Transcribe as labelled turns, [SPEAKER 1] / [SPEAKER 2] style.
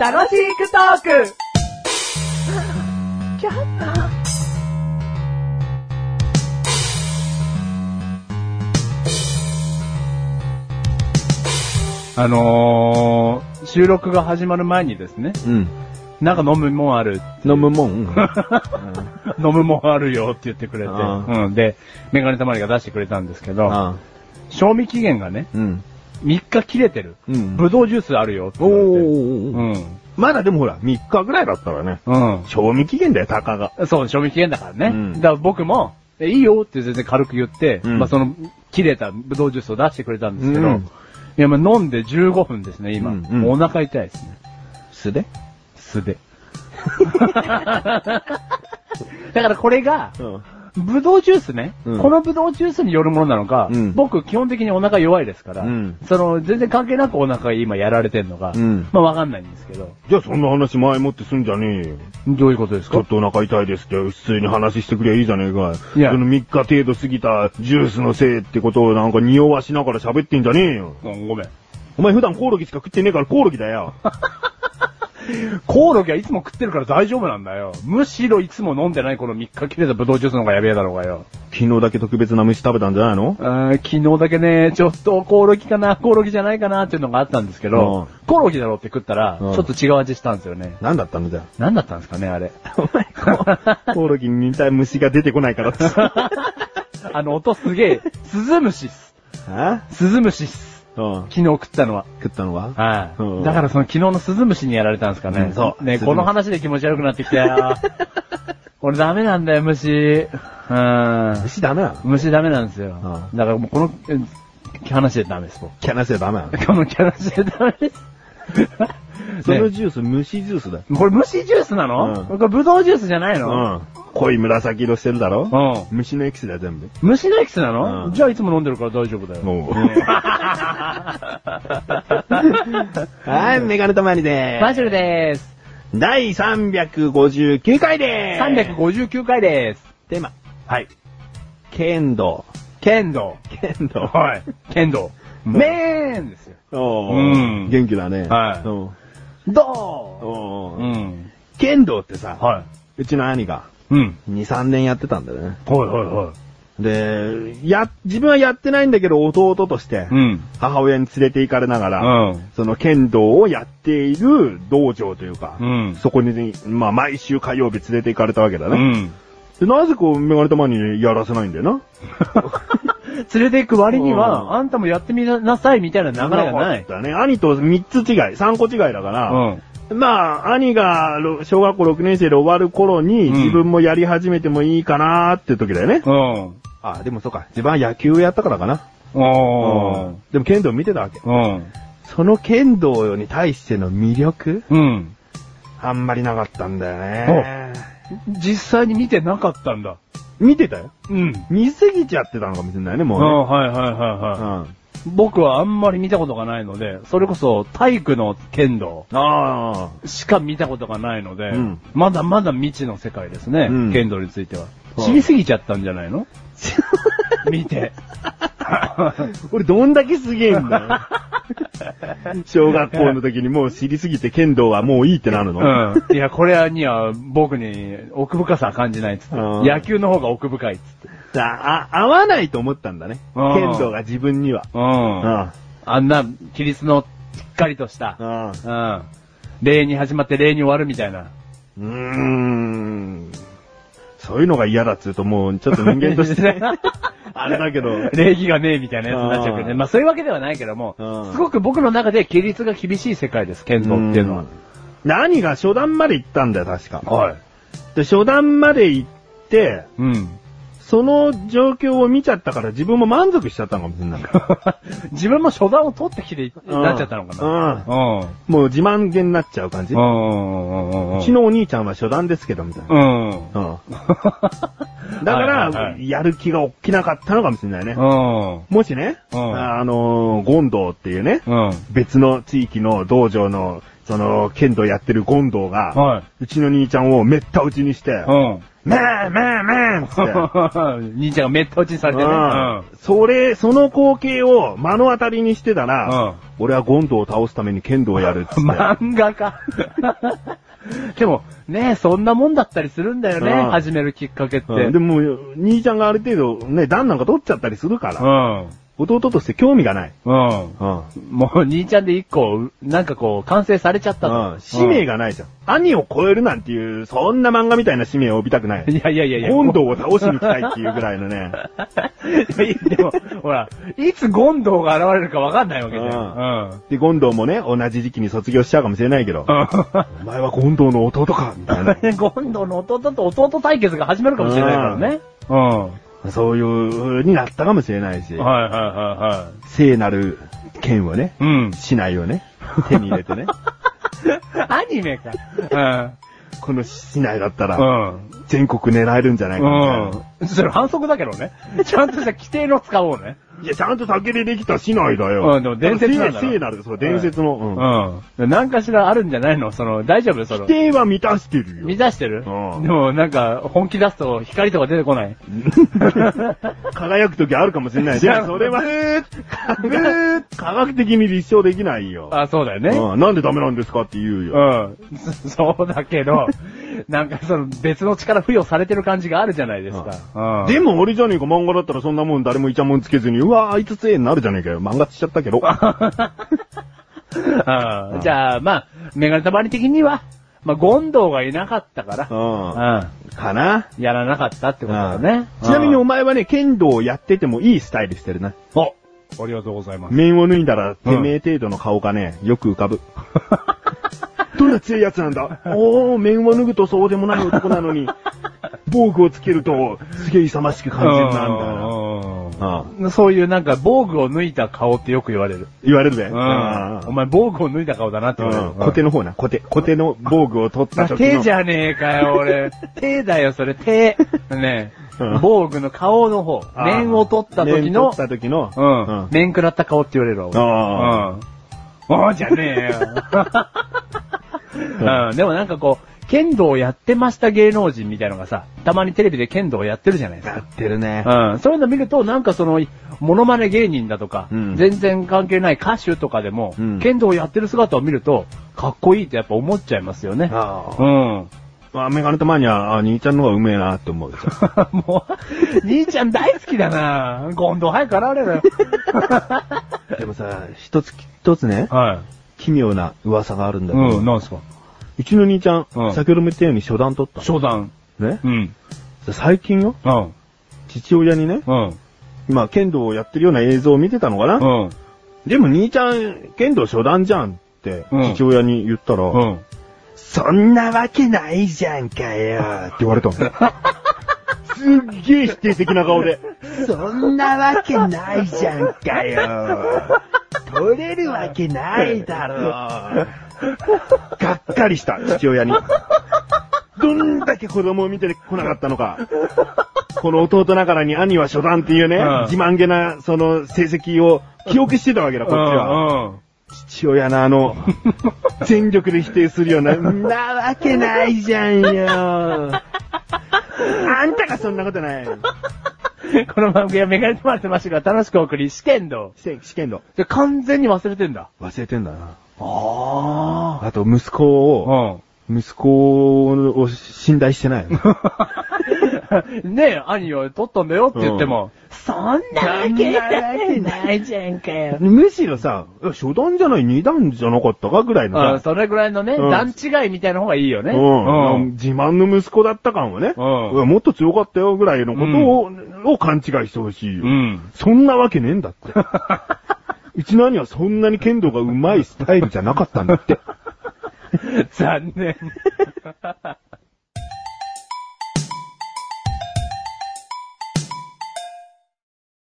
[SPEAKER 1] 楽しくトーク
[SPEAKER 2] あのー、収録が始まる前にですね、
[SPEAKER 3] うん。
[SPEAKER 2] なんか飲むもんある、
[SPEAKER 3] 飲むもん。 うん
[SPEAKER 2] 飲むもんあるよって言ってくれて、
[SPEAKER 3] あ
[SPEAKER 2] うん。で、メガネたまりが出してくれたんですけど、
[SPEAKER 3] ああ
[SPEAKER 2] 賞味期限がね、
[SPEAKER 3] うん。
[SPEAKER 2] 3日切れてる。
[SPEAKER 3] うん
[SPEAKER 2] ブドウジュースあるよって
[SPEAKER 3] お
[SPEAKER 2] 言われて。う
[SPEAKER 3] ー。
[SPEAKER 2] ん。
[SPEAKER 3] まだでもほら、3日ぐらいだったらね。
[SPEAKER 2] うん。
[SPEAKER 3] 賞味期限だよ、たかが。
[SPEAKER 2] そう、賞味期限だからね。
[SPEAKER 3] うん
[SPEAKER 2] だから僕も、えいいよって全然軽く言って、
[SPEAKER 3] うん
[SPEAKER 2] まあその、切れたブドウジュースを出してくれたんですけど、
[SPEAKER 3] うん
[SPEAKER 2] いや、まあ飲んで15分ですね、今。
[SPEAKER 3] うんうん
[SPEAKER 2] もうお腹痛いです ね。
[SPEAKER 3] 素で
[SPEAKER 2] 素で。だからこれが、
[SPEAKER 3] うん。
[SPEAKER 2] ブドウジュースね、
[SPEAKER 3] うん
[SPEAKER 2] このブドウジュースによるものなのか、
[SPEAKER 3] うん
[SPEAKER 2] 僕基本的にお腹弱いですから、
[SPEAKER 3] うん
[SPEAKER 2] その、全然関係なくお腹が今やられてんのか、
[SPEAKER 3] うん
[SPEAKER 2] まあわかんないんですけど、
[SPEAKER 3] じゃあそんな話前もってすんじゃねえよ。
[SPEAKER 2] どういうことです
[SPEAKER 3] ちょ
[SPEAKER 2] か
[SPEAKER 3] っとお腹痛いですって、普通に話してくりゃいいじゃねえか。
[SPEAKER 2] いや
[SPEAKER 3] その3日程度過ぎたジュースのせいってことをなんか匂わしながら喋ってんじゃねえよ。
[SPEAKER 2] うんごめん。
[SPEAKER 3] お前普段コオロギしか食ってねえからコオロギだよ。
[SPEAKER 2] コオロギはいつも食ってるから大丈夫なんだよ。むしろいつも飲んでないこの3日切れたブドウジュースの方がやべえだろうがよ。
[SPEAKER 3] 昨日だけ特別な飯食べたんじゃないの
[SPEAKER 2] あー昨日だけね、ちょっとコオロギかな、コオロギじゃないかなっていうのがあったんですけど、
[SPEAKER 3] う
[SPEAKER 2] コオロギだろうって食ったら、ち
[SPEAKER 3] うん
[SPEAKER 2] ょっと違う味したんですよね。
[SPEAKER 3] 何だったのじゃ
[SPEAKER 2] 何だったんですかね、あれ。
[SPEAKER 3] あ。お前コオロギに似た虫が出てこないからって。
[SPEAKER 2] あの音すげえ、スズムシっす。
[SPEAKER 3] あ
[SPEAKER 2] スズムシっす。
[SPEAKER 3] うん。
[SPEAKER 2] 昨日食ったのは。
[SPEAKER 3] 食ったのは
[SPEAKER 2] はい、
[SPEAKER 3] うん
[SPEAKER 2] だからその昨日のスズムシにやられたんですかね。
[SPEAKER 3] うんそう
[SPEAKER 2] ね、
[SPEAKER 3] スズム
[SPEAKER 2] こ
[SPEAKER 3] シ
[SPEAKER 2] の話で気持ち悪くなってきた よ。俺ダメなんだよ、虫。うん。
[SPEAKER 3] 虫ダメなの
[SPEAKER 2] 虫ダメなんですよ。
[SPEAKER 3] あ
[SPEAKER 2] だからもうこのえ話でダメです、僕。
[SPEAKER 3] キャナシはダメなの
[SPEAKER 2] この話でダメです。
[SPEAKER 3] その
[SPEAKER 2] ね
[SPEAKER 3] ジュース、虫ジュースだよ。
[SPEAKER 2] これ虫ジュースなの、
[SPEAKER 3] うん
[SPEAKER 2] これブドウジュースじゃないの、
[SPEAKER 3] うん。濃い紫色してるだろ
[SPEAKER 2] うん
[SPEAKER 3] 虫のエキスだよ、全部。
[SPEAKER 2] 虫のエキスなの、
[SPEAKER 3] うん
[SPEAKER 2] じゃあいつも飲んでるから大丈夫だよ。
[SPEAKER 3] も う。はい、メガネたまりで
[SPEAKER 1] バ
[SPEAKER 3] ーす。
[SPEAKER 1] ジルでーす。
[SPEAKER 3] 第359回でーす。
[SPEAKER 2] 359回です。
[SPEAKER 3] テーマ、
[SPEAKER 2] はい。
[SPEAKER 3] 剣道。
[SPEAKER 2] 剣道。
[SPEAKER 3] 剣道。
[SPEAKER 2] はい。剣道。メーンですよ。
[SPEAKER 3] おー
[SPEAKER 2] うん
[SPEAKER 3] 元気だね。
[SPEAKER 2] はい
[SPEAKER 3] うん
[SPEAKER 2] ど
[SPEAKER 3] お
[SPEAKER 2] う
[SPEAKER 3] ー
[SPEAKER 2] ん。
[SPEAKER 3] 剣道ってさ、
[SPEAKER 2] は
[SPEAKER 3] うちの兄が
[SPEAKER 2] い。うん。
[SPEAKER 3] 2、3三年やってたんだよね。
[SPEAKER 2] はいはいは
[SPEAKER 3] で、や、自分はやってないんだけど、弟として、
[SPEAKER 2] うん。
[SPEAKER 3] 母親に連れて行かれながら、
[SPEAKER 2] うん。
[SPEAKER 3] その剣道をやっている道場というか、
[SPEAKER 2] うん
[SPEAKER 3] そこに、まあ、毎週火曜日連れて行かれたわけだ
[SPEAKER 2] う
[SPEAKER 3] ね。
[SPEAKER 2] ん。
[SPEAKER 3] でなぜこう、メガネたまにやらせないんだよな。
[SPEAKER 2] 連れて行く割に
[SPEAKER 3] う
[SPEAKER 2] は、
[SPEAKER 3] ん
[SPEAKER 2] あんたもやってみなさいみたいな流れがない。
[SPEAKER 3] だね。兄と3つ違い、3個違いだから、
[SPEAKER 2] ん。
[SPEAKER 3] まあ、兄がろ小学校6年生で終わる頃に、
[SPEAKER 2] うん
[SPEAKER 3] 自分もやり始めてもいいかなーって時だよね。
[SPEAKER 2] うん。
[SPEAKER 3] あ、でもそうか、自分は野球をやったからかな。
[SPEAKER 2] う
[SPEAKER 3] うん
[SPEAKER 2] ん。
[SPEAKER 3] でも剣道見てたわけ。
[SPEAKER 2] うん。
[SPEAKER 3] その剣道に対しての魅力
[SPEAKER 2] うん。
[SPEAKER 3] あんまりなかったんだよね。
[SPEAKER 2] 実際に見てなかったんだ。
[SPEAKER 3] 見てたよ。
[SPEAKER 2] うん。
[SPEAKER 3] 見すぎちゃってたのかもしれないね、
[SPEAKER 2] あ
[SPEAKER 3] もうね。
[SPEAKER 2] はいはいはいはい。
[SPEAKER 3] あ
[SPEAKER 2] 僕はあんまり見たことがないので、それこそ体育の剣道
[SPEAKER 3] あ
[SPEAKER 2] しか見たことがないので、
[SPEAKER 3] うん
[SPEAKER 2] まだまだ未知の世界ですね、
[SPEAKER 3] うん
[SPEAKER 2] 剣道については。
[SPEAKER 3] はい
[SPEAKER 2] 知りすぎちゃったんじゃない の見て。
[SPEAKER 3] 俺どんだけすげえんだ よ。小学校の時にもう知りすぎて剣道はもういいってなるの。
[SPEAKER 2] うん。いや、これには僕に奥深さは感じないっつって。
[SPEAKER 3] うん
[SPEAKER 2] 野球の方が奥深いっつって。
[SPEAKER 3] さあ、あ合わないと思ったんだね。
[SPEAKER 2] うん
[SPEAKER 3] 剣道が自分には。
[SPEAKER 2] う。
[SPEAKER 3] うんん
[SPEAKER 2] あんな、規律のしっかりとした、
[SPEAKER 3] うんう
[SPEAKER 2] うん。礼に始まって礼に終わるみたいな。
[SPEAKER 3] ーん。そういうのが嫌だっつうともうちょっと人間とし てねあれだけど。
[SPEAKER 2] 礼儀がねえみたいなやつになっちゃうけどね。
[SPEAKER 3] うん
[SPEAKER 2] まあそういうわけではないけども
[SPEAKER 3] うん、
[SPEAKER 2] すごく僕の中で規律が厳しい世界です、剣道っていうのは
[SPEAKER 3] ん。。で兄が初段まで行ったんだよ、確か。
[SPEAKER 2] はい。
[SPEAKER 3] で、初段まで行って、
[SPEAKER 2] うん。
[SPEAKER 3] その状況を見ちゃったから自分も満足しちゃったのかもし れない。
[SPEAKER 2] 自分も初段を取ってきて、なっちゃったのかな。うん。
[SPEAKER 3] もう自慢げになっちゃう感じ。
[SPEAKER 2] う。
[SPEAKER 3] うん
[SPEAKER 2] うん。うん。
[SPEAKER 3] ちのお兄ちゃんは初段ですけど、みたいな。
[SPEAKER 2] うん。
[SPEAKER 3] うん。だから、
[SPEAKER 2] はいはいはい
[SPEAKER 3] やる気が起きなかったのかもしれないね。
[SPEAKER 2] うん。
[SPEAKER 3] もしね、
[SPEAKER 2] うん
[SPEAKER 3] あのー、ゴンドウっていうね、
[SPEAKER 2] うん。
[SPEAKER 3] 別の地域の道場の、その、剣道やってるゴンドウが、
[SPEAKER 2] はいう
[SPEAKER 3] ちの兄ちゃんをめった打ちにして、
[SPEAKER 2] うん。
[SPEAKER 3] まあまあまあつって。
[SPEAKER 2] 兄ちゃんがめった打ちにされてね。うん
[SPEAKER 3] うんそれ、その光景を目の当たりにしてたら、
[SPEAKER 2] うん
[SPEAKER 3] 俺はゴンドウを倒すために剣道をやるっつって。
[SPEAKER 2] 漫画家。 でも、ねそんなもんだったりするんだよね。
[SPEAKER 3] うん
[SPEAKER 2] 始めるきっかけって。
[SPEAKER 3] うんでも、兄ちゃんがある程度、ね、段なんか取っちゃったりするから、
[SPEAKER 2] うん。
[SPEAKER 3] 弟として興味がない。
[SPEAKER 2] うん。
[SPEAKER 3] うん。
[SPEAKER 2] もう、兄ちゃんで一個、なんかこう、完成されちゃった
[SPEAKER 3] う
[SPEAKER 2] の。
[SPEAKER 3] ん、使命
[SPEAKER 2] が。
[SPEAKER 3] がないじゃん。兄を超えるなんていう、そんな漫画みたいな使命を帯びたくない。
[SPEAKER 2] いやいやいやいや。
[SPEAKER 3] ゴンドウを倒しに行きたいっていうぐらいのね。
[SPEAKER 2] でも、ほら、いつゴンドウが現れるかわかんないわけじゃん。うん。
[SPEAKER 3] で、ゴンドウもね、同じ時期に卒業しちゃうかもしれないけど、 お前はゴンドウの弟かみたいな。
[SPEAKER 2] ゴンドウの弟と弟対決が始まるかもしれないからね。うん。は
[SPEAKER 3] そういう風になったかもしれないし
[SPEAKER 2] いはい、は
[SPEAKER 3] 聖なる剣をね、
[SPEAKER 2] いはい。うん。
[SPEAKER 3] 市内をね、手に入れてね、
[SPEAKER 2] アニメか。
[SPEAKER 3] この市内だった
[SPEAKER 2] う
[SPEAKER 3] ら、
[SPEAKER 2] ん。うん。
[SPEAKER 3] 全国狙えるんじゃないかみたいな。
[SPEAKER 2] うん。それ反則だけど ね。ちゃんとした規定の使おうね。
[SPEAKER 3] いや、ちゃんと竹でできた市内だよ。
[SPEAKER 2] うんでも伝説なんだな
[SPEAKER 3] 聖聖なる、そう、伝説の。うん
[SPEAKER 2] うん。なんかしらあるんじゃないのその、大丈夫その
[SPEAKER 3] 規。定は満たしてるよ。
[SPEAKER 2] 満たしてるで
[SPEAKER 3] うん
[SPEAKER 2] もなんか、本気出すと光とか出てこない。
[SPEAKER 3] 輝く時あるかもしれない
[SPEAKER 2] じゃあ
[SPEAKER 3] それは、ブーッ科学的に立証できないよ。
[SPEAKER 2] あ、そうだよね。
[SPEAKER 3] うんなんでダメなんですかって言うよ。
[SPEAKER 2] うん。そそうだけど、なんかその別の力付与されてる感じがあるじゃないですか。うん。
[SPEAKER 3] でも俺じゃねえか、漫画だったらそんなもん誰もイチャモンつけずに、うわあいつ強えになるじゃねえかよ。漫画しちゃった けど。
[SPEAKER 2] うんじゃあ、まあ、メガネたまり的には、まあ、ゴンドウがいなかった
[SPEAKER 3] う
[SPEAKER 2] か
[SPEAKER 3] ん。
[SPEAKER 2] ら、
[SPEAKER 3] かな。
[SPEAKER 2] うん。やらなかったってことだね。
[SPEAKER 3] ちなみに
[SPEAKER 2] う
[SPEAKER 3] お
[SPEAKER 2] ん
[SPEAKER 3] 前はね、剣道をやっててもいいスタイルしてるな。
[SPEAKER 2] お、ありがとうございます。
[SPEAKER 3] 面を脱いだら、
[SPEAKER 2] うん
[SPEAKER 3] てめえ程度の顔がね、よく浮かぶ。 どんな強いやつなんだおー、面を脱ぐとそうでもない男なのに、防具をつけると、すげえ勇ましく感じるな、みたいな。
[SPEAKER 2] う
[SPEAKER 3] ああ
[SPEAKER 2] んそういうなんか防具を脱いだ顔ってよく言われる。
[SPEAKER 3] 言われるべ。
[SPEAKER 2] う
[SPEAKER 3] うんんう
[SPEAKER 2] お前防具を脱いだ顔だなって言われる。
[SPEAKER 3] ん小手の方な、小手。小手の防具を取った時の。
[SPEAKER 2] 手じゃねえかよ、 俺。手だよ、それ、手。ね
[SPEAKER 3] うん
[SPEAKER 2] 防具の顔の方。
[SPEAKER 3] ああ
[SPEAKER 2] 面を取った時
[SPEAKER 3] 面を
[SPEAKER 2] の、
[SPEAKER 3] 取った時の。
[SPEAKER 2] うん。面食らった顔って言われるわ、俺
[SPEAKER 3] あ
[SPEAKER 2] うん。ああ、じゃねえ よ。うん。でもなんかこう、剣道をやってました芸能人みたいのがさ、たまにテレビで剣道をやってるじゃないです
[SPEAKER 3] や
[SPEAKER 2] か。
[SPEAKER 3] ってるね。
[SPEAKER 2] うん。そういうの見ると、なんかその、モノマネ芸人だとか、
[SPEAKER 3] うん
[SPEAKER 2] 全然関係ない歌手とかでも、
[SPEAKER 3] うん
[SPEAKER 2] 剣道をやってる姿を見ると、かっこいいってやっぱ思っちゃいますよね。
[SPEAKER 3] あ
[SPEAKER 2] う
[SPEAKER 3] あ
[SPEAKER 2] ん。も
[SPEAKER 3] まあ、メガネたまには、あ兄ちゃんの方がうめえなって思うで しょ。
[SPEAKER 2] う、兄ちゃん大好きだな今度早く現れろよ。
[SPEAKER 3] でもさ、一つ、一つね、
[SPEAKER 2] は
[SPEAKER 3] 奇妙な噂があるん
[SPEAKER 2] い。
[SPEAKER 3] だけど、う
[SPEAKER 2] なんすか
[SPEAKER 3] ちの兄ちゃん、
[SPEAKER 2] うん
[SPEAKER 3] 先ほども言ったように初段取った。
[SPEAKER 2] 初段。
[SPEAKER 3] ね、
[SPEAKER 2] うん。
[SPEAKER 3] 最近よ、
[SPEAKER 2] うん。
[SPEAKER 3] 父親にね、
[SPEAKER 2] うん。
[SPEAKER 3] 今、剣道をやってるような映像を見てたのかな、
[SPEAKER 2] うん。
[SPEAKER 3] でも兄ちゃん、剣道初段じゃんって、
[SPEAKER 2] うん
[SPEAKER 3] 父親に言ったら、
[SPEAKER 2] うん。
[SPEAKER 3] そんなわけないじゃんかよって言われた の。すっげえ否定的な顔で。そんなわけないじゃんかよ。取れるわけないだろ。がっかりした、父親に。どんだけ子供を見てこなかったのか。この弟ながらに兄は初段っていうね、
[SPEAKER 2] うん
[SPEAKER 3] 自慢げな、その成績を記憶してたわけだ、こっちは。
[SPEAKER 2] うん。
[SPEAKER 3] 父親のあの、全力で否定するような、んなわけないじゃんよ。あんたがそんなこと ない。
[SPEAKER 2] この番組はメガネとまってましたが楽しくお送り、試験道。
[SPEAKER 3] 試験試験度。
[SPEAKER 2] で、完全に忘れてんだ。
[SPEAKER 3] 忘れてんだな。
[SPEAKER 2] あ
[SPEAKER 3] あと、息子
[SPEAKER 2] あ。
[SPEAKER 3] を、息子を信頼してない。
[SPEAKER 2] うん。 ねえ、兄を取ったんだよって言っても。
[SPEAKER 4] そんなわけないじゃんかよ。
[SPEAKER 3] むしろさ、いや初段じゃない、二段じゃなかったかぐらいの
[SPEAKER 2] うん、
[SPEAKER 3] さ、
[SPEAKER 2] それぐらいのね、
[SPEAKER 3] うん
[SPEAKER 2] 段違いみたいな方がいいよね。
[SPEAKER 3] うん
[SPEAKER 2] うん。
[SPEAKER 3] 自慢の息子だった感はね、
[SPEAKER 2] うん
[SPEAKER 3] いやもっと強かったよぐらいのことを,、を勘違いしてほしいよ。
[SPEAKER 2] うん。
[SPEAKER 3] そんなわけねえんだ って。うちの兄はそんなに剣道が上手いスタイルじゃなかったんだって。
[SPEAKER 2] 残念。